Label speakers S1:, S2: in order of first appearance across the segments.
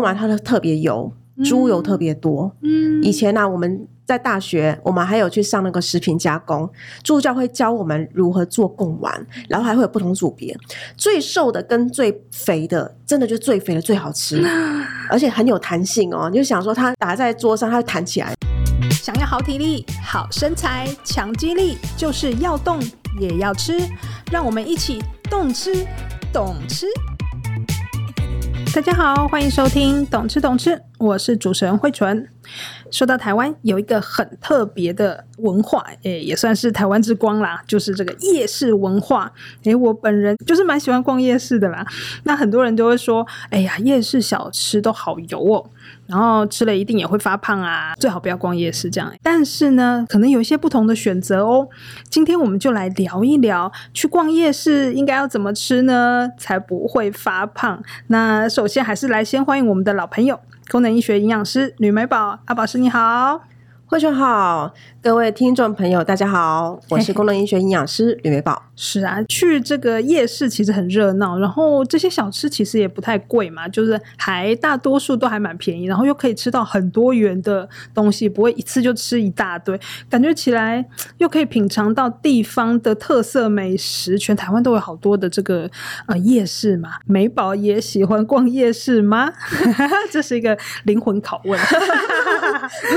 S1: 完它的特别油，猪油特别多。
S2: 嗯
S1: 以前呢、啊我们在大学，我们还有去上那个食品加工，助教会教我们如何做贡丸，然后还会有不同组别，最瘦的跟最肥的，真的就最肥的最好吃，而且很有弹性哦。你就想说它打在桌上，它会弹起来。
S2: 想要好体力、好身材、强肌力，就是要动也要吃。让我们一起动吃、懂吃。大家好，欢迎收听《懂吃懂吃》，我是主持人慧纯。说到台湾有一个很特别的文化，诶，也算是台湾之光啦，就是这个夜市文化。诶，我本人就是蛮喜欢逛夜市的啦。那很多人都会说，哎呀，夜市小吃都好油哦。然后吃了一定也会发胖啊，最好不要逛夜市这样。但是呢，可能有一些不同的选择哦。今天我们就来聊一聊，去逛夜市应该要怎么吃呢，才不会发胖？那首先还是来先欢迎我们的老朋友，功能医学营养师吕美宝阿宝师，你好。
S1: 慧春好，各位听众朋友，大家好，我是功能医学营养师吕美宝。
S2: 是啊，去这个夜市其实很热闹，然后这些小吃其实也不太贵嘛，就是还大多数都还蛮便宜，然后又可以吃到很多元的东西，不会一次就吃一大堆，感觉起来又可以品尝到地方的特色美食。全台湾都有好多的这个呃夜市嘛，美宝也喜欢逛夜市吗？ 这是一个灵魂拷问。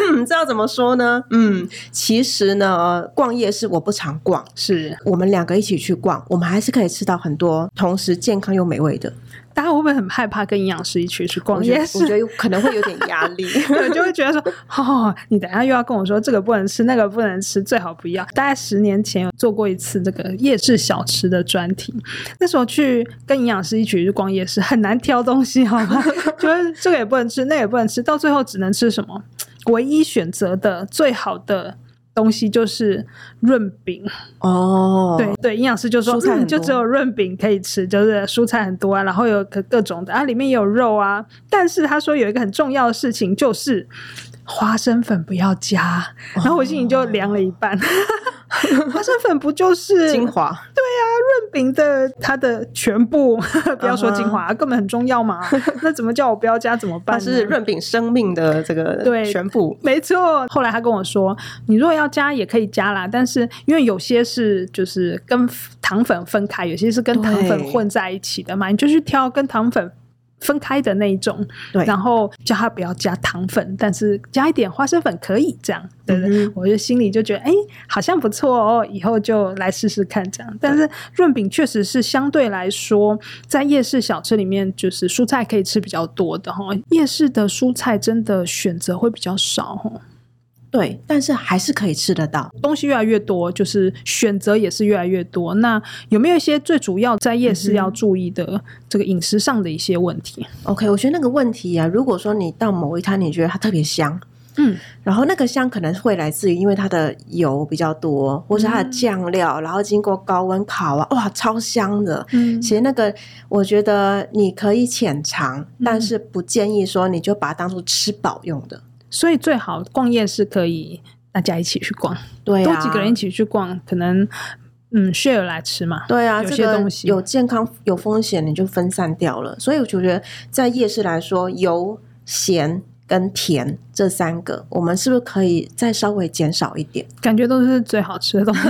S1: 嗯，这要怎么说呢？嗯，其实呢，逛夜市我不常逛。
S2: 是，
S1: 我们两个一起去逛，我们还是可以吃到很多同时健康又美味的。
S2: 大家会不会很害怕跟营养师一起去
S1: 我
S2: 逛
S1: 觉得
S2: 夜
S1: 我
S2: 市
S1: 觉？得有可能会有点压 力。
S2: 对，就会觉得说，哦，你等一下又要跟我说这个不能吃，那个不能吃，最好不要。大概十年前有做过一次这个夜市小吃的专题，那时候去跟营养师一起去逛夜市，很难挑东西，好吗？ 就是这个也不能吃，那个也不能吃，到最后只能吃什么？唯一选择的最好的。东西就是润饼，
S1: 哦，
S2: 对对，营养师就说，
S1: 蔬菜
S2: 嗯、
S1: 很
S2: 就
S1: 多
S2: 只有润饼可以吃，就是蔬菜很多啊，然后有各各种的啊，里面也有肉啊。但是他说有一个很重要的事情就是花生粉不要加，
S1: 哦
S2: 然后我心里就凉了一 半。花生粉不就是
S1: 精华
S2: 润饼的它的全部？ 不要说精华，根本很重要嘛。那怎么叫我不要加？怎么办
S1: 嗯它
S2: 呢？
S1: 是润饼生命的这个
S2: 对
S1: 全部。
S2: 没错，后来他跟我说，你如果要加也可以加啦，但是因为有些是就是跟糖粉分开，有些是跟糖粉
S1: 对
S2: 混在一起的嘛，你就去挑跟糖粉分开的那一种，
S1: 对
S2: 然后叫他不要加糖粉，但是加一点花生粉可以这样，对不对？
S1: 嗯哼
S2: 我就心里就觉得，哎，好像不错哦，以后就来试试看这样。但是润饼确实是相对来说，在夜市小吃里面，就是蔬菜可以吃比较多的哈、哦。夜市的蔬菜真的选择会比较少哈、哦，
S1: 对，但是还是可以吃得到。
S2: 东西越来越多，就是选择也是越来越多。那有没有一些最主要在夜
S1: 嗯
S2: 市要注意的这个饮食上的一些问题？
S1: OK，我觉得那个问题啊，如果说你到某一摊，你觉得它特别香，
S2: 嗯，
S1: 然后那个香可能会来自于因为它的油比较多，或是它的酱料，然后经过高温烤啊，哇，超香的。
S2: 嗯
S1: 其实那个，我觉得你可以浅尝，
S2: 嗯
S1: 但是不建议说你就把它当做吃饱用的。
S2: 所以最好逛夜市可以大家一起去逛，
S1: 对
S2: 多
S1: 啊，
S2: 几个人一起去逛，可能嗯 share 来吃嘛。
S1: 对啊，
S2: 有
S1: 这
S2: 些
S1: 个
S2: 东西
S1: 有健康有风险，你就分散掉了。所以我就觉得，在夜市来说，油、咸跟甜这三个，我们是不是可以再稍微减少一点？
S2: 感觉都是最好吃的东 西。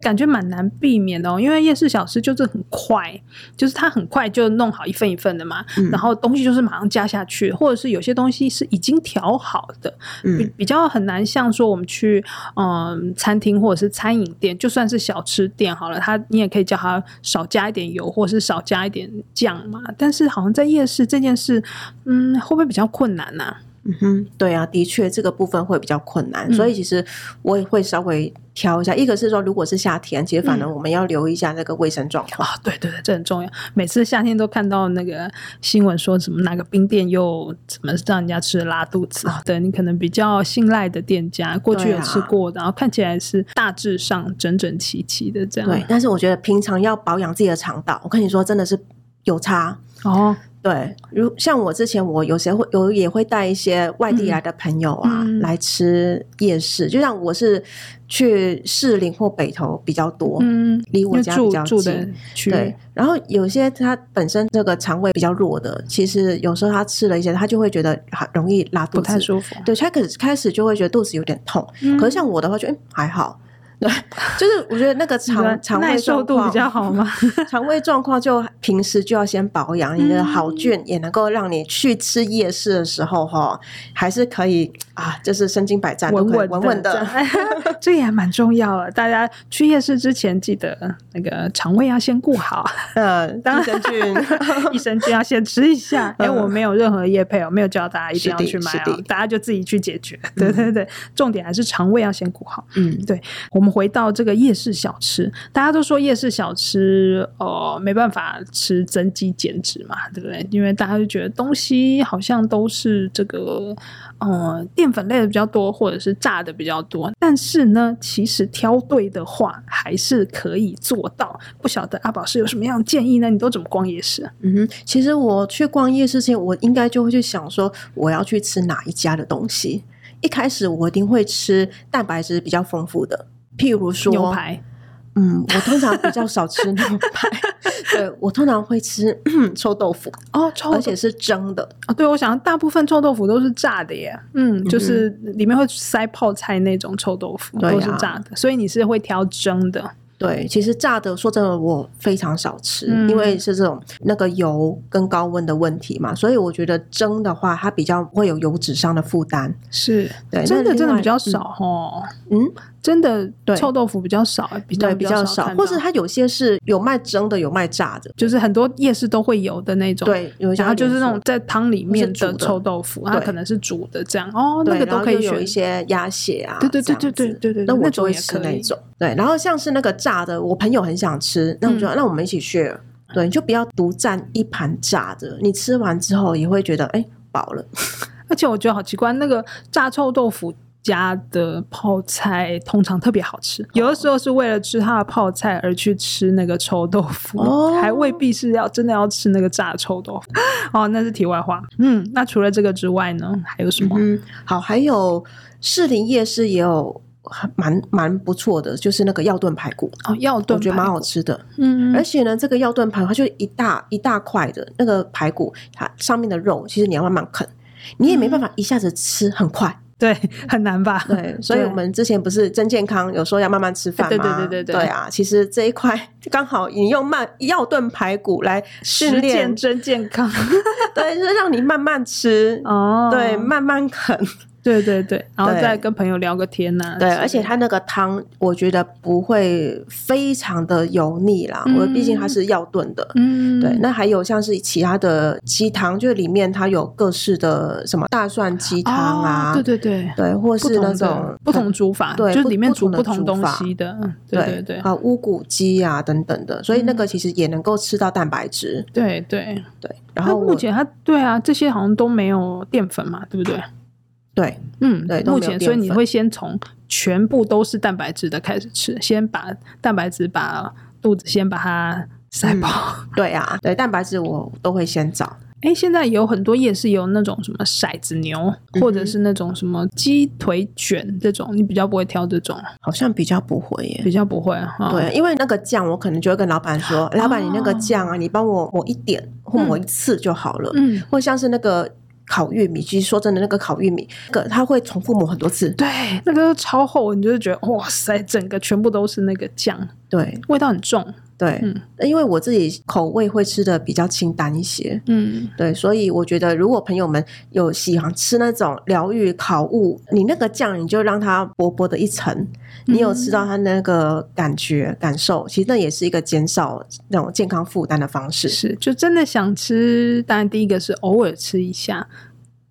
S2: 感觉蛮难避免的哦，因为夜市小吃就是很快，就是它很快就弄好一份一份的嘛，
S1: 嗯
S2: 然后东西就是马上加下去，或者是有些东西是已经调好的，比
S1: 嗯，
S2: 比较很难像说我们去嗯、餐厅或者是餐饮店，就算是小吃店好了，它你也可以叫它少加一点油，或是少加一点酱嘛，但是好像在夜市这件事，嗯，会不会比较困难呐、
S1: 嗯哼，对啊，的确这个部分会比较困难。
S2: 嗯
S1: 所以其实我也会稍微挑一下，一个是说，如果是夏天，其实
S2: 嗯
S1: 反而我们要留意一下那个卫生状况。
S2: 啊、对对对，这很重要。每次夏天都看到那个新闻说什么哪个冰店又怎么让人家吃拉肚子啊？对你可能比较信赖的店家，过去
S1: 对
S2: 有
S1: 啊
S2: 吃过，然后看起来是大致上整整齐齐的这样。啊
S1: 对，但是我觉得平常要保养自己的肠道，我跟你说，真的是有差。
S2: 哦，
S1: 对，如像我之前，我有时会有也会带一些外地来的朋友啊、
S2: 嗯嗯
S1: 来吃夜市，就像我是去士林或北投比较多，
S2: 嗯，
S1: 离我
S2: 因为
S1: 家比
S2: 住
S1: 较
S2: 住的
S1: 近
S2: 区
S1: 对
S2: 域，，
S1: 然后有些他本身这个肠胃比较弱的，其实有时候他吃了一些，他就会觉得很容易拉肚
S2: 不
S1: 子，
S2: 太舒服。
S1: 对，他开始开始就会觉得肚子有点痛，
S2: 嗯
S1: 可是像我的话就，嗯还好。对， 就是我觉得那个
S2: 你的
S1: 肠肠
S2: 耐
S1: 胃
S2: 受
S1: 状
S2: 度
S1: 况
S2: 比较好吗？
S1: 肠胃状况就平时就要先保养，你的好菌
S2: 嗯
S1: 也能够让你去吃夜市的时候哈，还是可以啊，就是身经百战，
S2: 稳
S1: 都可以
S2: 稳
S1: 稳稳的。
S2: 的， 这也蛮重要的。大家去夜市之前，记得那个肠胃要先顾好，
S1: 呃，益生菌，
S2: 益生菌要先吃 一下。哎，
S1: 嗯
S2: 我没有任何业配哦，没有教大家一定要
S1: 是的
S2: 去买
S1: 是
S2: 哦
S1: 的，
S2: 大家就自己去解决。对对对，重点还是肠胃要先顾好。
S1: 嗯，
S2: 我们回到这个夜市小吃，大家都说夜市小吃哦、呃没办法吃增肌减脂嘛，对不对？因为大家就觉得东西好像都是这个呃淀粉类的比较多，或者是炸的比较多。但是呢，其实挑对的话还是可以做到。不晓得阿宝是有什么样的建议呢？你都怎么逛夜市啊？
S1: 嗯哼，其实我去逛夜市前，我应该就会去想说，我要去吃哪一家的东西。一开始我一定会吃蛋白质比较丰富的，譬如说
S2: 牛排，
S1: 嗯，我通常比较少吃牛 排，对我通常会吃 臭豆腐，
S2: 哦，臭
S1: 而且是蒸的。
S2: 啊，对，我想大部分臭豆腐都是炸的耶，嗯，就是里面会塞泡菜那种臭豆腐、
S1: 对
S2: 都是
S1: 啊
S2: 炸的，所以你是会挑蒸的，
S1: 对，其实炸的说真的，我非常少吃，
S2: 嗯
S1: 因为是这种那个油跟高温的问题嘛，所以我觉得蒸的话，它比较不会有油脂上的负担。
S2: 是
S1: 对那
S2: 真的
S1: 另
S2: 真的
S1: 外
S2: 比较
S1: 嗯
S2: 少哦，
S1: 嗯，
S2: 真的
S1: 对
S2: 臭豆腐比较少，比较
S1: 对，比较
S2: 少
S1: 少
S2: 看，到，
S1: 或是它有些是有卖蒸的，有卖炸的。
S2: 就是很多夜市都会有的那种，。
S1: 对，有一
S2: 然
S1: 家
S2: 后就是那
S1: 连
S2: 种
S1: 锁
S2: 在汤里面
S1: 煮
S2: 的
S1: 的
S2: 臭豆腐，它
S1: 对
S2: 可能是煮的这样哦，那
S1: 对，
S2: 个
S1: 然
S2: 都
S1: 后
S2: 可以
S1: 又有
S2: 选
S1: 一。些鸭血啊，
S2: 对对对对
S1: 这样
S2: 对
S1: 子
S2: 对对对
S1: 那
S2: 那
S1: 我就
S2: 种
S1: 会
S2: 也
S1: 吃
S2: 可以
S1: 那种。对，然后像是那个炸的，我朋友很想吃，那我
S2: 嗯
S1: 就、那我们一起去。对，你就不要独占一盘炸的，你吃完之后也会觉得哎饱了。
S2: 而且我觉得好奇怪，那个炸臭豆腐加的泡菜通常特别好
S1: 哦
S2: 吃，有的时候是为了吃它的泡菜而去吃那个臭豆腐，
S1: 哦
S2: 还未必是要真的要吃那个炸臭豆腐。 哦，那是题外话。嗯，那除了这个之外呢，还有什么？
S1: 嗯，好，还有士林夜市也有很蛮蛮不错的，就是那个药炖排骨，
S2: 哦，药炖
S1: 我觉得蛮
S2: 排骨
S1: 好哎吃的。
S2: 嗯，
S1: 而
S2: 嗯
S1: 且呢，这个药炖排骨它就是一大一大块的那个排骨，它上面的肉其实你要慢慢啃，你也没办法一下子吃很快。
S2: 对，很难吧？
S1: 对， 所以我们之前不是真健康，有说要慢慢吃饭
S2: 对对
S1: 吗？
S2: 对对对
S1: 对
S2: 对
S1: 啊，其实这一块刚好你用慢药炖排骨来
S2: 实
S1: 训
S2: 践
S1: 练，
S2: 真健 康
S1: 对，就是让你慢慢吃，
S2: 哦，
S1: 对，慢慢啃，
S2: 对对对，然后
S1: 对
S2: 再跟朋友聊个天呐、
S1: 对
S2: 啊之，类
S1: 而且
S2: 的
S1: 它那个汤，我觉得不会非常的油腻啦，
S2: 嗯
S1: 我毕竟它是药炖的。
S2: 嗯，
S1: 对，那还有像是其他的鸡汤，就是里面它有各式的什么大蒜鸡汤啊，
S2: 哦对对对，
S1: 对或
S2: 不
S1: 是那
S2: 同的
S1: 种
S2: 不同煮法，
S1: 对
S2: 就是
S1: 不
S2: 里面煮
S1: 不同的
S2: 同
S1: 煮
S2: 东
S1: 法
S2: 西的，嗯对对对
S1: 啊，乌骨鸡啊等等的，所以那个其实也能够吃到蛋白质。
S2: 对对。
S1: 对，然
S2: 那
S1: 后
S2: 目
S1: 我
S2: 前它对啊，这些好像都没有淀粉嘛，对不对？
S1: 对
S2: 嗯，
S1: 对都
S2: 目
S1: 没有
S2: 前
S1: 淀
S2: 所以你
S1: 粉
S2: 会先从全部都是蛋白质的开始吃，先把蛋白质把肚子先把它
S1: 嗯
S2: 塞饱。
S1: 对啊，对蛋白质我都会先找。
S2: 哎、现在有很多夜市有那种什么骰子牛，或
S1: 嗯
S2: 者
S1: 哼
S2: 是那种什么鸡腿卷这种，你比较不会挑这种，
S1: 好像比较不会耶
S2: 比。较不会啊哈。
S1: 对，因为那个酱，我可能就会跟老板说：“哎老板，你那个
S2: 哦
S1: 酱啊，你帮我抹一点或抹一次就好了。
S2: 嗯，
S1: 或像是那个烤玉米，其实说真的，那个烤玉米，那个它会重复抹很多次。
S2: 对，那个都超厚，你就会觉得哇塞，整个全部都是那个酱，
S1: 对
S2: 味道很重。
S1: 对，
S2: 嗯
S1: 因为我自己口味会吃的比较清淡一些，
S2: 嗯，
S1: 对，所以我觉得，如果朋友们有喜欢吃那种疗愈烤物，你那个酱你就让它薄薄的一层，你有吃
S2: 嗯
S1: 到它那个感觉、感受，其实那也是一个减少那种健康负担的方式。
S2: 是，就真的想吃，当然第一个是偶尔吃一下。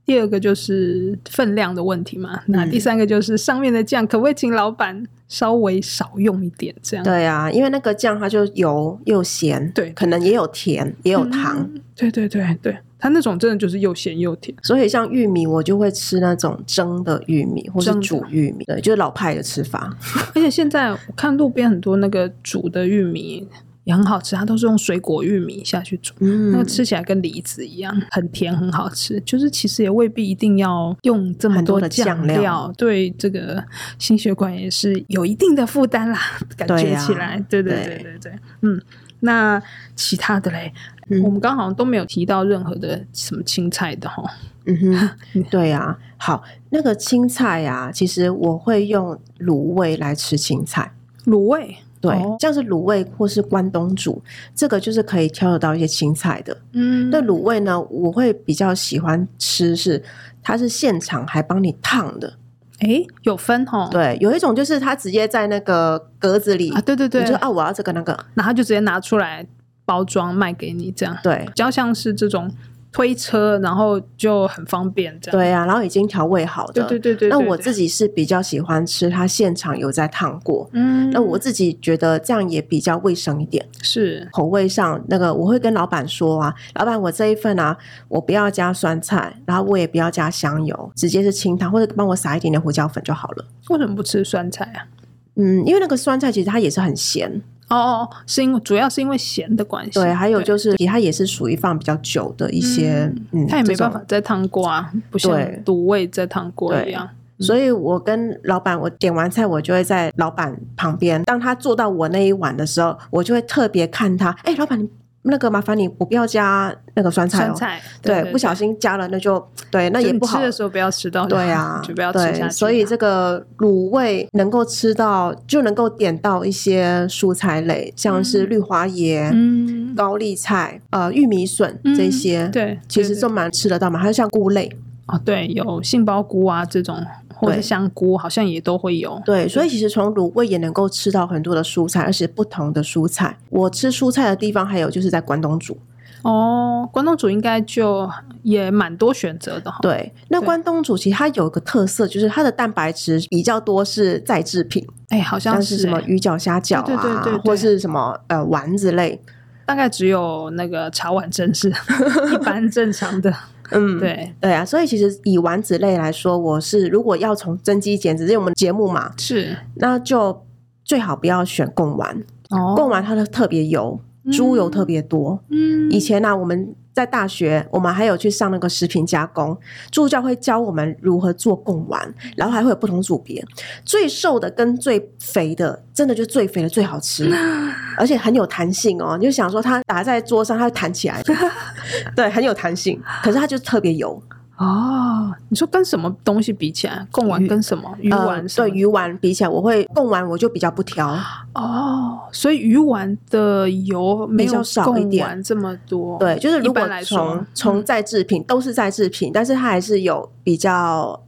S2: 第二个就是分量的问题嘛，那
S1: 嗯
S2: 第三个就是上面的酱可不可以请老板稍微少用一点，这样
S1: 对啊，因为那个酱它就油又咸，
S2: 嗯对
S1: 可能也有甜，也有糖，
S2: 嗯对对对对，它那种真的就是又咸又甜，
S1: 所以像玉米，我就会吃那种蒸的玉米或是
S2: 蒸的
S1: 煮玉米，对，就是老派的吃法。
S2: 而且现在我看路边很多那个煮的玉米，也很好吃，它都是用水果玉米下去煮，那
S1: 嗯
S2: 个吃起来跟梨子一样，很甜，很好吃。就是其实也未必一定要用这么
S1: 很多的
S2: 酱
S1: 酱料
S2: 对这个心血管也是有一定的负担啦，感
S1: 对
S2: 觉
S1: 啊
S2: 起来，对对对
S1: 对
S2: 对对，嗯。那其他的嘞，我
S1: 嗯
S2: 们刚好像都没有提到任何的什么青菜的哈。
S1: 嗯 哼，对啊，好，那个青菜啊，其实我会用卤味来吃青菜。
S2: 卤味，
S1: 对
S2: 哦，
S1: 像是卤味或是关东煮，这个就是可以挑得到一些青菜的。
S2: 嗯
S1: 那卤味呢，我会比较喜欢吃是它是现场还帮你烫的。
S2: 诶，有分哈，
S1: 对，有一种就是它直接在那个格子里，
S2: 啊，对对对
S1: 你，就啊我要这个那个，
S2: 然后就直接拿出来包装卖给你，这样
S1: 对
S2: 比较像是这种推车，然后就很方便这样。
S1: 对啊，然后已经调味好的。
S2: 对对对对，
S1: 那
S2: 对
S1: 我
S2: 对
S1: 自己是比较喜欢吃它现场有在烫过。
S2: 嗯，
S1: 那我自己觉得这样也比较卫生一点，
S2: 是
S1: 口味上那个我会跟老板说啊，老板我这一份啊，我不要加酸菜，然后我也不要加香油，直接是清汤，或者帮我撒一点点胡椒粉就好了。
S2: 为什么不吃酸菜啊？
S1: 嗯，因为那个酸菜其实它也是很咸，
S2: 哦哦，哦是因为主要是因为咸的关系。
S1: 对，还有就是它也是属于放比较久的一些，嗯，
S2: 它也没
S1: 这种
S2: 办法再烫锅啊，不像
S1: 对
S2: 卤味再烫锅一样。
S1: 所以我跟老板，我点完菜，我就会在老板旁边。当他做到我那一碗的时候，我就会特别看他。哎、老板，你那个麻烦你，我不要加那个酸菜哦。
S2: 酸菜
S1: 对，
S2: 对，
S1: 不小心加了，那就对，那
S2: 就
S1: 也
S2: 你
S1: 不好
S2: 吃。的时候不要吃到它，
S1: 对啊，
S2: 就不要吃
S1: 对
S2: 下去。啊
S1: 所以这个卤味能够吃到，就能够点到一些蔬菜类，像是
S2: 嗯
S1: 绿花椰、
S2: 嗯，
S1: 高丽菜、呃玉米笋这
S2: 嗯
S1: 些。。
S2: 对，
S1: 其
S2: 对
S1: 实
S2: 对
S1: 就蛮吃得到嘛，还有像菇类，
S2: 哦，对，有杏鲍菇啊这种，或者
S1: 对
S2: 香菇，好像也都会有。
S1: 对，所以其实从卤味也能够吃到很多的蔬菜，而且不同的蔬菜。我吃蔬菜的地方还有就是在关东煮。
S2: 哦，关东煮应该就也蛮多选择的哈。
S1: 对，那
S2: 对
S1: 关东煮其实它有一个特色，就是它的蛋白质比较多是再制品，
S2: 哎，好像
S1: 像
S2: 是
S1: 是什么
S2: 哎
S1: 鱼饺、虾饺啊，
S2: 对对对对
S1: 或是什么呃丸子类。
S2: 大概只有那个茶碗 蒸是一般正常的。
S1: 嗯，。
S2: 对，
S1: 对啊，所以其实以丸子类来说，我是如果要从增肌减脂，因为我们节目嘛，
S2: 是
S1: 那就最好不要选贡丸，贡
S2: 哦，
S1: 丸它的特别油，猪油特别多，
S2: 嗯，
S1: 以前呢、啊我们在大学，我们还有去上那个食品加工，助教会教我们如何做贡丸，然后还会有不同组别，最瘦的跟最肥的，真的就最肥的最好 吃，而且很有弹性哦。你就想说它打在桌上，它会弹起来， 对，很有弹性，可是它就特别油。
S2: 哦，你说跟什么东西比起来，贡丸
S1: 鱼
S2: 跟什么鱼
S1: 呃
S2: 丸什么
S1: 对鱼丸比起来，我会贡丸我就比较不挑，
S2: 哦，所以鱼丸的油没
S1: 比较
S2: 有
S1: 少一
S2: 贡
S1: 点
S2: 丸这么多。
S1: 对，就是
S2: 一
S1: 如
S2: 般
S1: 果
S2: 来说嗯
S1: 从从再制品都是再制品，但是它还是有比较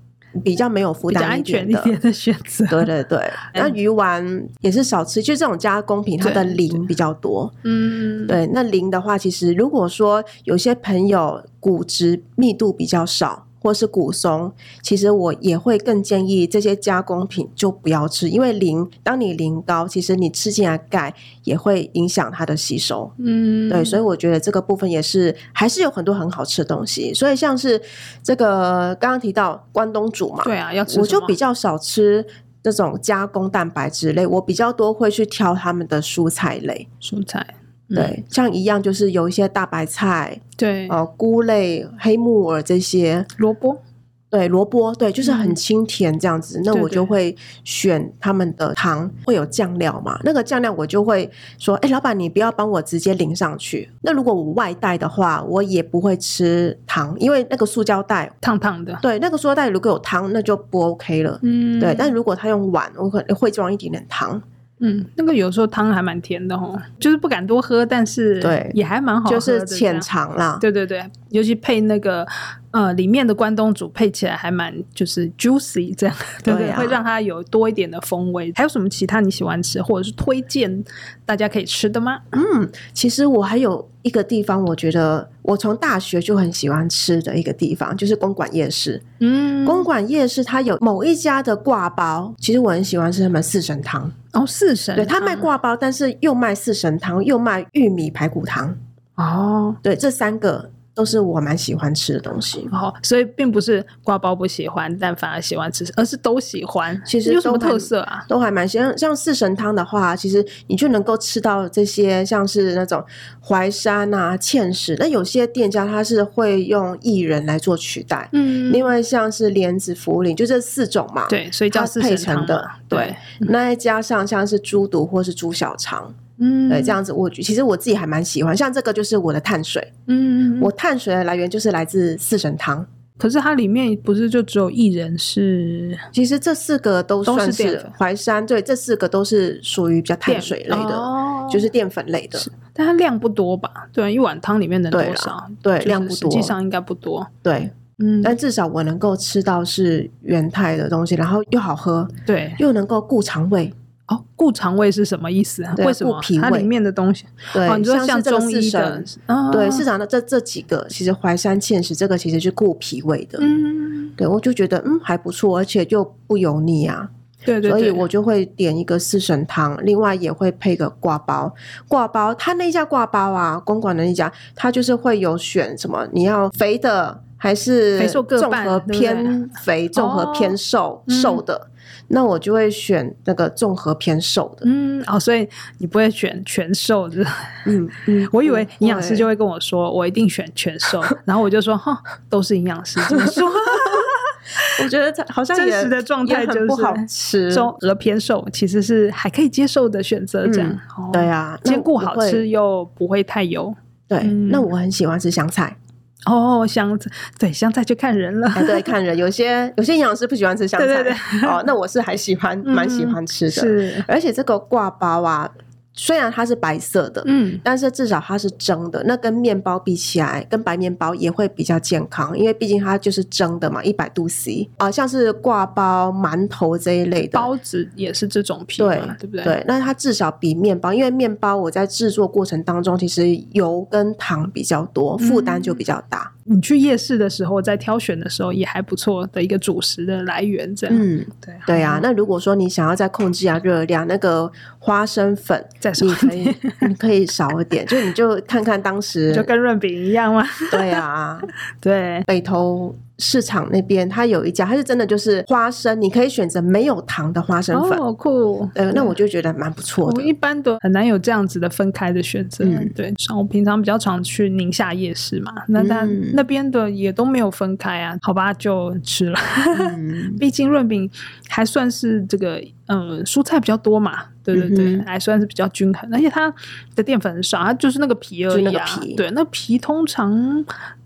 S1: 比较没有负
S2: 比较
S1: 担
S2: 安
S1: 一
S2: 全
S1: 点
S2: 一
S1: 的。
S2: 点的选择。
S1: 对对 对，那鱼丸也是少吃，就这种加工品，它的
S2: 嗯对
S1: 磷比较多。
S2: 嗯，
S1: 对，那磷的话，其实如果说有些朋友骨质密度比较少，或是骨松，其实我也会更建议这些加工品就不要吃，因为磷，当你磷高，其实你吃进来钙也会影响它的吸收。
S2: 嗯，
S1: 对，所以我觉得这个部分也是还是有很多很好吃的东西。所以像是这个刚刚提到关东煮嘛，
S2: 对啊，要吃
S1: 我
S2: 什
S1: 就
S2: 么
S1: 比较少吃这种加工蛋白质类，我比较多会去挑他们的蔬菜类。
S2: 蔬菜，嗯
S1: 对，像一样就是有一些大白菜、
S2: 对，
S1: 呃菇类、黑木耳这些，
S2: 萝卜，
S1: 对萝卜，对，就是很
S2: 嗯
S1: 清甜这样子。那
S2: 对
S1: 我
S2: 对
S1: 就会选他们的汤，会有酱料嘛？那个酱料我就会说，哎，老板你不要帮我直接淋上去。那如果我外带的话，我也不会吃汤，因为那个塑胶袋，
S2: 烫烫的，
S1: 对，那个塑料袋如果有汤，那就不 OK 了。
S2: 嗯，
S1: 对，但如果他用碗，我可能会装一点点糖，
S2: 嗯，那个有时候汤还蛮甜的哦，就是不敢多喝，但是
S1: 对
S2: 也还蛮好喝
S1: 就
S2: 的这
S1: 是
S2: 样，
S1: 浅尝啦。
S2: 对对对，尤其配那个呃里面的关东煮配起来还蛮就是 juicy 这样， 对
S1: 对啊
S2: 会让它有多一点的风味。还有什么其他你喜欢吃或者是推荐大家可以吃的吗？
S1: 嗯，其实我还有一个地方，我觉得我从大学就很喜欢吃的一个地方，就是公馆夜市。
S2: 嗯，
S1: 公馆夜市它有某一家的挂包，其实我很喜欢吃他们四神汤。
S2: 哦四神
S1: 对，
S2: 汤，
S1: 他卖挂包，但是又卖四神汤，又卖玉米排骨汤。
S2: 哦，
S1: 对，这三个都是我蛮喜欢吃的东西。
S2: 哦，所以并不是挂包不喜欢，但反而喜欢吃，而是都喜欢。
S1: 其实
S2: 有什么
S1: 都还
S2: 特色啊？
S1: 都还蛮像像四神汤的话，其实你就能够吃到这些像是那种淮山啊、芡实。那有些店家他是会用薏仁来做取代，
S2: 嗯
S1: 另外像是莲子、茯苓，就这四种嘛。，
S2: 对，所以叫
S1: 它
S2: 四
S1: 配
S2: 神
S1: 成
S2: 汤
S1: 的
S2: 嘛。对，
S1: 那再加上像是猪肚或是猪小肠，
S2: 嗯
S1: 对，这，样子我其实我自己还蛮喜欢。像这个就是我的碳水，
S2: 嗯，
S1: 我碳水的来源就是来自四神汤。
S2: 可是它里面不是就只有一人是
S1: 其实这四个都
S2: 都
S1: 算
S2: 是淀
S1: 是
S2: 粉
S1: 淮山，对，这四个都是属于比较碳
S2: 淀
S1: 水类的，
S2: 哦
S1: 就是淀粉类的。
S2: 但它量不多吧？对，啊一碗汤里面能
S1: 对
S2: 多
S1: 啦
S2: 少？
S1: 对
S2: 就是
S1: 量不
S2: 实际
S1: 多
S2: 上应该不多。
S1: 对，
S2: 嗯，
S1: 但至少我能够吃到是原态的东西，然后又好喝，
S2: 对
S1: 又能够顾肠胃。
S2: 哦，顾肠胃是什么意思啊？
S1: 对
S2: 为什么
S1: 顾脾
S2: 它
S1: 胃
S2: 里面的东西？
S1: 对，
S2: 哦，你说像
S1: 是这个
S2: 中
S1: 四
S2: 医的
S1: 神，，
S2: 哦
S1: 对，市场的这这几个，其实淮山、芡实这个其实是顾脾胃的。
S2: 嗯，
S1: 对，我就觉得嗯还不错，而且又不油腻啊，
S2: 对对
S1: 所
S2: 对，
S1: 以我就会点一个四神汤，另外也会配个挂包。挂包，他那一家挂包啊，公馆的那一家，他就是会有选什么，你要肥的还是
S2: 肥瘦各
S1: 综
S2: 半
S1: 合
S2: 对不对
S1: 偏肥，综合偏瘦、
S2: 嗯
S1: 瘦的，那我就会选那个综合偏瘦的。
S2: 嗯哦，所以你不会选全瘦的。
S1: 嗯嗯，
S2: 我以为营养师就
S1: 会。
S2: 会跟我说，我一定选全瘦，然后我就说，哈，都是营养师这么说。
S1: 我觉得它好像
S2: 真
S1: 也
S2: 实的状态
S1: 也很
S2: 就是
S1: 不好吃。
S2: 中和偏瘦其实是还可以接受的选择，这样、哦
S1: 对，啊，那
S2: 兼顾
S1: 我
S2: 好
S1: 会
S2: 吃。又不会太油。
S1: 对，
S2: 嗯
S1: 那我很喜欢吃香 菜。
S2: 哦，香菜对香菜就看人了，
S1: 哎，对，看人，有些有些营养师不喜欢吃香菜，
S2: 对对
S1: 哦，那我是还喜欢，
S2: 嗯
S1: 蛮喜欢吃的。
S2: 是
S1: 而且这个挂包啊，虽然它是白色的，
S2: 嗯
S1: 但是至少它是蒸的。那跟面包比起来，跟白面包也会比较健康，因为毕竟它就是蒸的嘛，一百度 C 啊、像是挂包、馒头这一类的。
S2: 包子也是这种皮
S1: 对
S2: 嘛，对不对？
S1: 对，那它至少比面包，因为面包我在制作过程当中，其实油跟糖比较多，负担就比较大。
S2: 你去夜市的时候，在挑选的时候也还不错的一个主食的来源，这样、
S1: 嗯，
S2: 对
S1: 对啊，那如果说你想要再控制一下热量，那个花生粉
S2: 再少
S1: 你
S2: 一
S1: 可以
S2: 点
S1: 你可以少一点，就你就看看当时
S2: 就跟润饼一样嘛，
S1: 对啊，
S2: 对，
S1: 北投市场那边它有一家，它是真的就是花生，你可以选择没有糖的花生粉，
S2: 哦啊酷，
S1: 呃，那我就觉得蛮不错
S2: 我一
S1: 的。
S2: 般都很难有这样子的分开的选择。
S1: 嗯
S2: 对，像我平常比较常去宁夏夜市嘛，那但
S1: 嗯
S2: 那边的也都没有分开啊，好吧，就吃了。
S1: 嗯
S2: 毕竟润饼还算是这个，嗯，蔬菜比较多嘛，对对对，
S1: 嗯哼
S2: 还算是比较均衡，而且它的淀粉很少，它就是那个皮而
S1: 就
S2: 已
S1: 那个
S2: 啊。
S1: 皮
S2: 对，那皮通常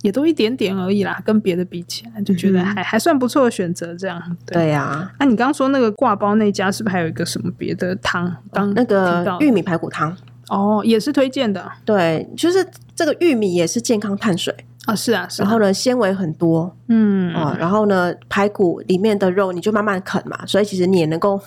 S2: 也都一点点而已啦，跟别的比起来，就觉得
S1: 嗯哼
S2: 还、还算不错的选择。这样，对。
S1: 对啊，
S2: 那、你刚刚说那个挂包那家是不是还有一个什么别的汤？刚
S1: 那
S2: 提
S1: 个
S2: 到的
S1: 玉米排骨汤，
S2: 哦，也是推荐的
S1: 对，就是这个玉米也是健康碳水，
S2: 啊，是啊，是啊
S1: 然后呢纤维很多
S2: 嗯，
S1: 啊、然后呢排骨里面的肉你就慢慢啃嘛，所以其实你也能够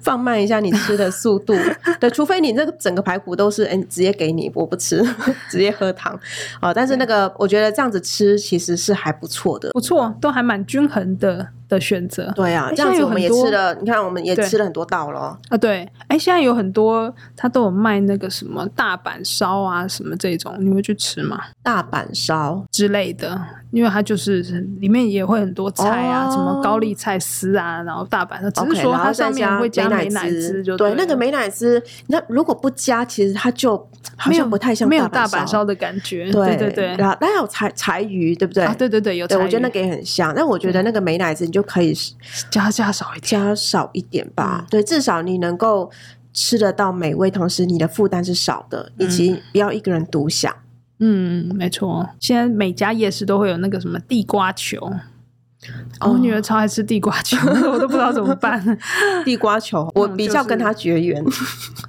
S1: 放慢一下你吃的速 度，对，除非你那个整个排骨都是嗯直接给你，我不吃， 直接喝汤啊、但是那个我觉得这样子吃其实是还不错的，
S2: 不错，都还蛮均衡的的选择
S1: 对啊，
S2: 哎
S1: 这样
S2: 现在
S1: 子
S2: 有
S1: 我们
S2: 很
S1: 也
S2: 多
S1: 吃了，你看我们也
S2: 对
S1: 吃了很多道咯。
S2: 啊。对，哎，现在有很多它都有卖那个什么大阪烧啊，什么这种，你会去吃吗？
S1: 大阪烧，
S2: 之类的，因为它就是里面也会很多菜啊，
S1: 哦
S2: 什么高丽菜丝啊，然后大阪烧，只
S1: OK，
S2: 是说
S1: 然后
S2: 它
S1: 再
S2: 上面会加
S1: 美
S2: 美乃
S1: 滋，
S2: 滋，就
S1: 对
S2: 了
S1: 那个美乃滋，那如果不加，其实它就好
S2: 没
S1: 像
S2: 有
S1: 不太像
S2: 没有大
S1: 阪
S2: 阪烧，的感觉，
S1: 对
S2: 对对
S1: 然后那还有柴柴鱼，对不对？
S2: 啊，对对对，有
S1: 对，我
S2: 菜
S1: 觉得那
S2: 鱼
S1: 个也很像。但我觉
S2: 嗯
S1: 得那个美乃滋，你就可以
S2: 加加少一点。
S1: 加少一点吧，
S2: 嗯
S1: 对，至少你能够吃得到美味，同时你的负担是少的，以及不要一个人独享。
S2: 嗯，没错。现在每家夜市都会有那个什么地瓜球，
S1: 哦
S2: 我女儿超爱吃地瓜球， 我都不知道怎么 办，
S1: 地瓜球，我
S2: 嗯
S1: 比较跟它绝 缘。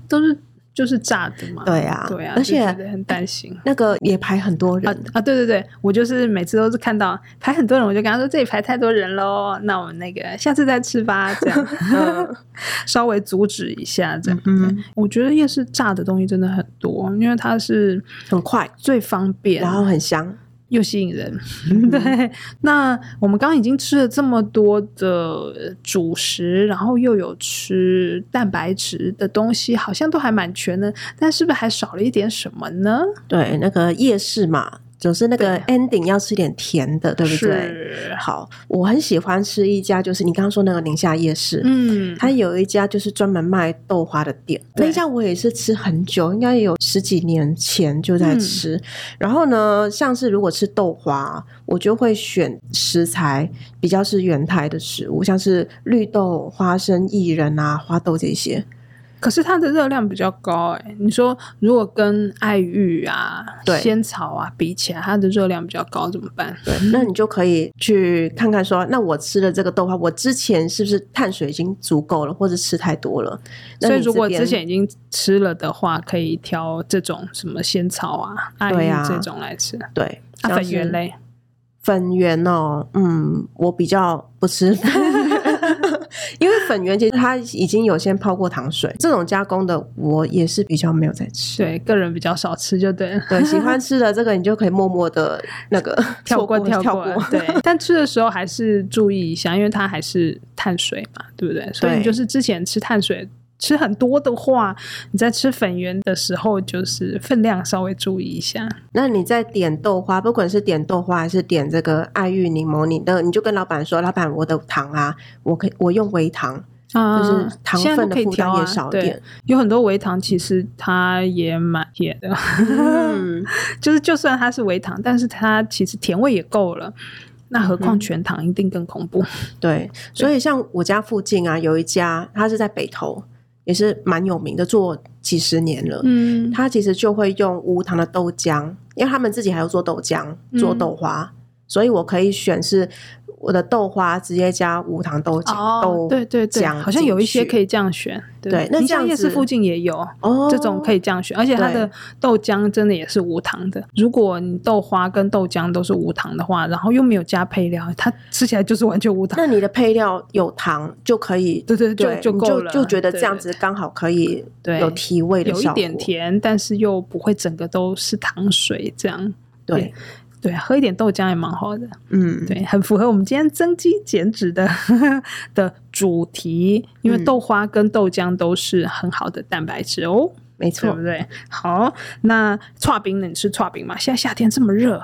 S2: 都是就是炸的嘛。
S1: 对啊，
S2: 对啊，
S1: 而
S2: 就觉
S1: 且
S2: 得很担心。
S1: 那个也排很多
S2: 啊
S1: 人，
S2: 啊，对对对，我就是每次都是看到排很多人，我就跟她说这里排太多人喽，那我们那个下次再吃吧，这样 稍微阻止一下这样。
S1: 嗯，
S2: 我觉得夜市炸的东西真的很多，因为它是
S1: 很快，
S2: 最方便，
S1: 然后很 香。
S2: 又吸引人。
S1: 嗯
S2: 对，那我们刚刚已经吃了这么多的主食，然后又有吃蛋白质的东西，好像都还蛮全的，但是不是还少了一点什么呢？
S1: 对，那个夜市嘛，就是那个
S2: 对啊
S1: ending 要吃点甜的，对不对？
S2: 是，
S1: 好，我很喜欢吃一家，就是你刚刚说那个宁夏夜市，
S2: 嗯，
S1: 它有一家就是专门卖豆花的店，
S2: 对
S1: 那一家我也是吃很久，应该也有十几年前就
S2: 嗯
S1: 在吃。然后呢，像是如果吃豆花，我就会选食材比较是原态的食物，像是绿豆、花生、薏仁啊、花豆这些。
S2: 可是它的热量比较高哎、你说如果跟爱玉啊、
S1: 对
S2: 仙草啊比起来，它的热量比较高怎么办？
S1: 对，那你就可以去看看说，那我吃的这个豆花，我之前是不是碳水已经足够了，或者吃太多了？那
S2: 所以
S1: 你
S2: 如
S1: 这
S2: 果
S1: 边
S2: 之前已经吃了的话，可以挑这种什么仙草啊、爱
S1: 对
S2: 玉
S1: 啊
S2: 这种来吃。啊，
S1: 对，像
S2: 粉
S1: 是
S2: 圆嘞，
S1: 粉圆哦，嗯，我比较不吃 粉，因为粉圆其实它已经有先泡过糖水，这种加工的我也是比较没有在吃。
S2: 对，个人比较少吃就对了。
S1: 对，喜欢吃的这个你就可以默默的那个
S2: 跳过
S1: 过
S2: 跳
S1: 跳
S2: 过， 对。但吃的时候还是注意一下，因为它还是碳水嘛，对不对？所以
S1: 对
S2: 你就是之前吃碳水吃很多的话，你在吃粉圆的时候，就是分量稍微注意一下。
S1: 那你在点豆花，不管是点豆花还是点这个爱玉柠檬，你的你就跟老板说，老板我的糖啊，我可以我用微糖，
S2: 啊
S1: 就是糖
S2: 现在
S1: 分
S2: 都
S1: 的
S2: 可以
S1: 负担
S2: 调啊
S1: 也少一
S2: 对
S1: 点。
S2: 有很多微糖，其实它也蛮甜的，
S1: 嗯，
S2: 就是就算它是微糖，但是它其实甜味也够了。那何况
S1: 嗯
S2: 全糖一定更恐怖。
S1: 对，所以像我家附近啊，有一家，它是在北投，也是蛮有名的，做几十年了。
S2: 嗯，
S1: 它其实就会用无糖的豆浆，因为他们自己还要做豆浆、做
S2: 嗯
S1: 豆花，所以我可以选是我的豆花直接加无糖豆浆、
S2: 哦
S1: 豆，
S2: 对对对，
S1: 浆
S2: 好像有一些
S1: 进去
S2: 可以这样选。
S1: 对那
S2: 宁
S1: 这
S2: 夏
S1: 样
S2: 夜市
S1: 子
S2: 附近也有。
S1: 哦，
S2: 这种可以这样选，而且它
S1: 对
S2: 的豆浆真的也是无糖的。如果你豆花跟豆浆都是无糖的话，然后又没有加配料，它吃起来就是完全无糖。
S1: 那你的配料有糖就可以，
S2: 对对
S1: 对，
S2: 就
S1: 你
S2: 够了，
S1: 就觉得
S2: 对
S1: 这样子刚好可以
S2: 对
S1: 有提味的
S2: 有一
S1: 效果，
S2: 点甜，但是又不会整个都是糖水这样。
S1: 对，
S2: 对，喝一点豆浆也蛮好的，
S1: 嗯，
S2: 对，很符合我们今天增肌减脂的 的主题，因为
S1: 嗯
S2: 豆花跟豆浆都是很好的蛋白质哦，
S1: 没
S2: 对
S1: 错
S2: 不，对？好，那刨冰呢？你吃刨冰吗？现在夏天这么热，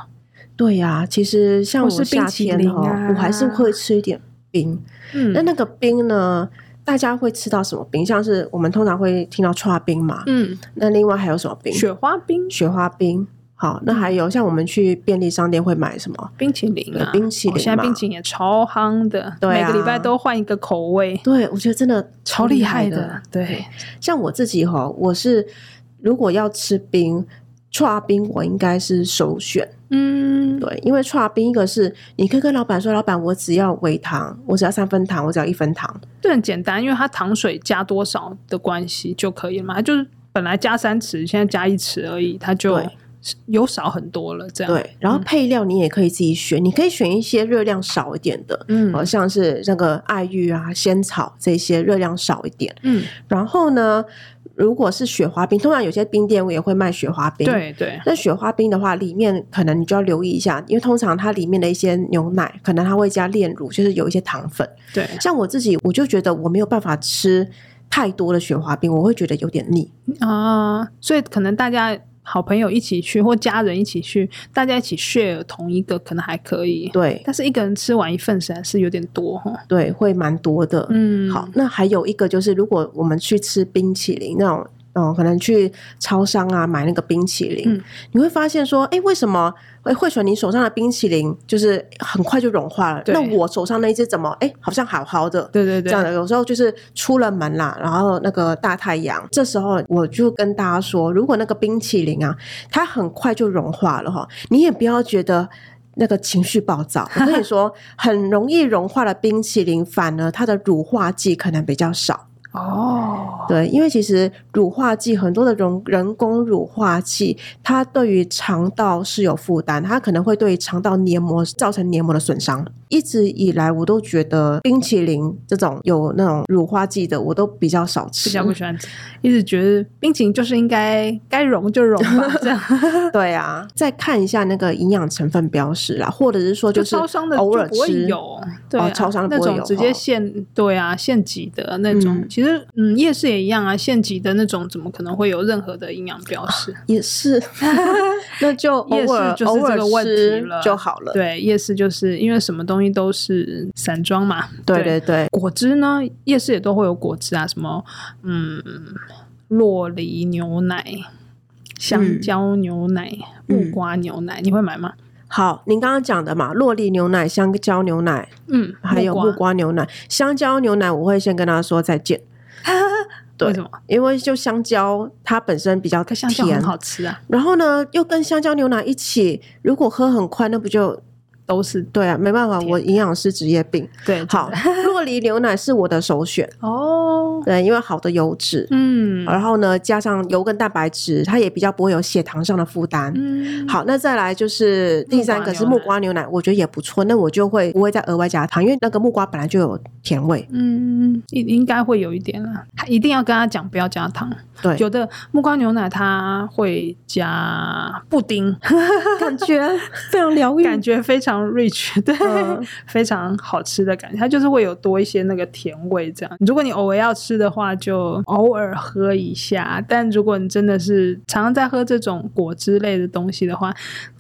S1: 对呀、其实像
S2: 或
S1: 我
S2: 是冰
S1: 夏
S2: 淇
S1: 天
S2: 淋
S1: 哦，
S2: 啊
S1: 我还是会吃一点冰。
S2: 嗯
S1: 那、那个冰呢？大家会吃到什么冰？像是我们通常会听到串冰嘛，
S2: 嗯，
S1: 那另外还有什么冰？
S2: 雪嗯花冰、
S1: 雪花冰。好，那还有像我们去便利商店会买什么？
S2: 冰淇淋啊，
S1: 对冰淇淋
S2: 哦现在
S1: 嘛
S2: 冰淇淋也超夯的，
S1: 对
S2: 每
S1: 啊
S2: 个礼拜都换一个口味，
S1: 对，我觉得真的
S2: 超
S1: 超
S2: 厉
S1: 厉
S2: 害
S1: 的。
S2: 的。对，
S1: 像我自己哈、我是如果要吃冰，串冰我应该是首选。
S2: 嗯，
S1: 对，因为串冰一个是你可以跟老板说，老板我只要微糖，我只要三分糖，我只要一分糖。
S2: 这很简单，因为它糖水加多少的关系就可以了嘛，它就是本来加三匙，现在加一匙而已，它就
S1: 对
S2: 有少很多了，这样。嗯
S1: 对，然后配料你也可以自己选，你可以选一些热量少一点的，
S2: 嗯
S1: 呃，像是那个爱玉啊、仙草这些热量少一点。
S2: 嗯，
S1: 然后呢，如果是雪花冰，通常有些冰店也会卖雪花冰。。
S2: 对对，
S1: 那雪花冰的话，里面可能你就要留意一下，因为通常它里面的一些牛奶，可能它会加炼乳，就是有一些糖分。
S2: 对，
S1: 像我自己，我就觉得我没有办法吃太多的雪花冰，我会觉得有点腻。
S2: 啊、所以可能大家好朋友一起去，或家人一起去，大家一起 share 同一个，可能还可以。
S1: 对
S2: 但是一个人吃完一份实在是有点多哈。
S1: 对，会蛮多的。
S2: 嗯
S1: 好，，那还有一个就是，如果我们去吃冰淇淋那种，哦，可能去超商啊买那个冰淇淋，
S2: 嗯
S1: 你会发现说，哎，为什么诶惠水你手上的冰淇淋就是很快就融化了？
S2: 对
S1: 那我手上那一只怎么，哎，好像好好的。
S2: 对对
S1: 这
S2: 对，
S1: 样的，有时候就是出了门啦，然后那个大太阳，这时候我就跟大家说，如果那个冰淇淋啊，它很快就融化了哈，你也不要觉得。那个情绪暴躁，我跟你说，很容易融化的冰淇淋，反而它的乳化剂可能比较少。
S2: 哦，
S1: 对，因为其实乳化剂很多的人人工乳化剂，它对于肠道是有负担，它可能会对肠道黏膜造成黏膜的损伤。一直以来我都觉得冰淇淋这种有那种乳化剂的，我都比较少吃。
S2: 比较不喜欢吃，一直觉得冰淇淋就是应该该融就融 吧，这样
S1: 对啊，再看一下那个营养成分标识啦，或者是说
S2: 就是超商的
S1: 偶尔
S2: 就不会
S1: 吃
S2: 有，对啊、
S1: 哦超商的
S2: 那
S1: 不会
S2: 种
S1: 有
S2: 直接
S1: 哦
S2: 现对啊现挤的那种，
S1: 嗯
S2: 其实嗯夜市也一样啊，现挤的那种怎么可能会有任何的营养标识？
S1: 也 是，那就
S2: 夜
S1: 偶尔
S2: 市就是
S1: 偶
S2: 这
S1: 尔
S2: 个问题
S1: 吃
S2: 了
S1: 就好了。
S2: 对，夜市就是因为什么东西都是散装嘛，
S1: 对对对，
S2: 果汁呢，夜市也都会有果汁啊，什么嗯，洛梨牛奶、香蕉牛奶、
S1: 嗯
S2: 木瓜牛奶，你会买吗？
S1: 好，您刚刚讲的嘛，洛丽牛奶、香蕉牛奶，
S2: 嗯，
S1: 还有木瓜牛奶、香蕉牛奶，我会先跟他说再见，对
S2: 为什么？
S1: 因为就香蕉它本身比较
S2: 可香蕉很
S1: 甜，
S2: 好吃啊，
S1: 然后呢又跟香蕉牛奶一起，如果喝很快，那不就
S2: 都是
S1: 对啊？没办法，我营养师职业病。
S2: 对。
S1: 好，洛梨牛奶是我的首选，
S2: 哦，
S1: 对，因为好的油脂，
S2: 嗯
S1: 然后呢加上油跟蛋白质，它也比较不会有血糖上的负担。
S2: 嗯，
S1: 好，那再来就是第三个是木瓜牛奶，我觉得也不错。那我就会不会再额外加糖，因为那个木瓜本来就有甜味。
S2: 嗯，应应该会有一点啦，一定要跟他讲不要加糖。
S1: 对，
S2: 有的木瓜牛奶它会加布丁，
S1: 感觉 非常疗
S2: 感觉非常 rich，对，
S1: 嗯
S2: 非常好吃的感觉。它就是会有多一些那个甜味，这样。如果你偶尔要吃的话，就偶尔喝一下。但如果你真的是常常在喝这种果汁类的东西的话，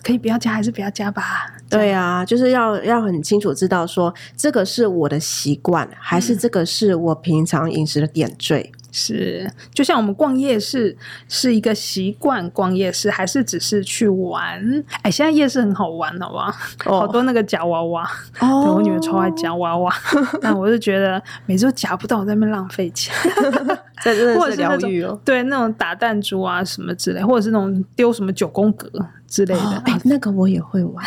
S2: 可以不要加，还是不要加吧。
S1: 对啊，就是要要很清楚知道说这个是我的习惯，还是这个是我平常饮食的点缀。
S2: 是，就像我们逛夜市是一个习惯，逛夜市还是只是去玩？哎，现在夜市很好玩，好不好？
S1: 哦
S2: 好多那个夹娃娃，对
S1: 哦
S2: 我女儿超爱夹娃 娃，但我就觉得每次都夹不到，我在那边浪费钱。
S1: 这真
S2: 或
S1: 的
S2: 者
S1: 是
S2: 是那
S1: 疗
S2: 种
S1: 愈哦。
S2: 对那种打弹珠啊什么之类，或者是那种丢什么九宫格之类的，
S1: 哦
S2: 哎，
S1: 那个我也会玩，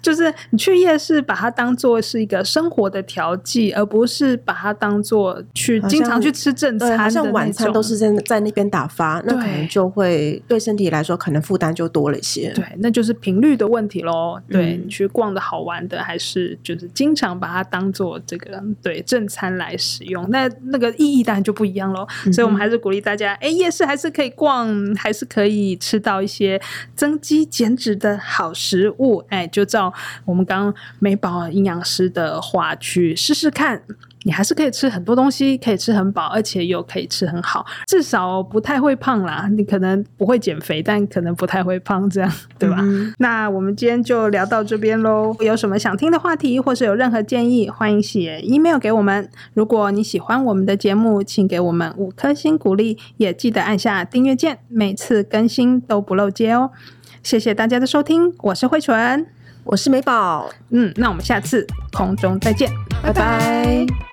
S2: 就是你去夜市把它当做是一个生活的调剂，而不是把它当做去
S1: 好像
S2: 经常去吃正 餐
S1: 对，
S2: 的
S1: 好像晚
S2: 那
S1: 餐
S2: 种
S1: 都是在在那边打发，那可能
S2: 对
S1: 就会对身体来说可能负担就多了一些。
S2: 对，那就是频率的问题喽。对、
S1: 嗯
S2: 你去逛的好玩的，还是就是经常把它当做这个对正餐来使用，那那个意义当然就不一样喽。所以我们还是鼓励大家，哎，夜市还是可以逛，还是可以吃到一些增肌减脂的好食物。哎，就照我们刚刚美宝营养师的话去试试看。你还是可以吃很多东西，可以吃很饱，而且又可以吃很好，至少不太会胖啦。你可能不会减肥，但可能不太会胖，这样对吧？
S1: 嗯
S2: 那我们今天就聊到这边喽。有什么想听的话题，或是有任何建议，欢迎写 email 给我们。如果你喜欢我们的节目，请给我们五颗星鼓励，也记得按下订阅键，每次更新都不漏接哦。谢谢大家的收听，我是慧纯。
S1: 我是美宝，
S2: 嗯，那我们下次空中再见，
S1: 拜拜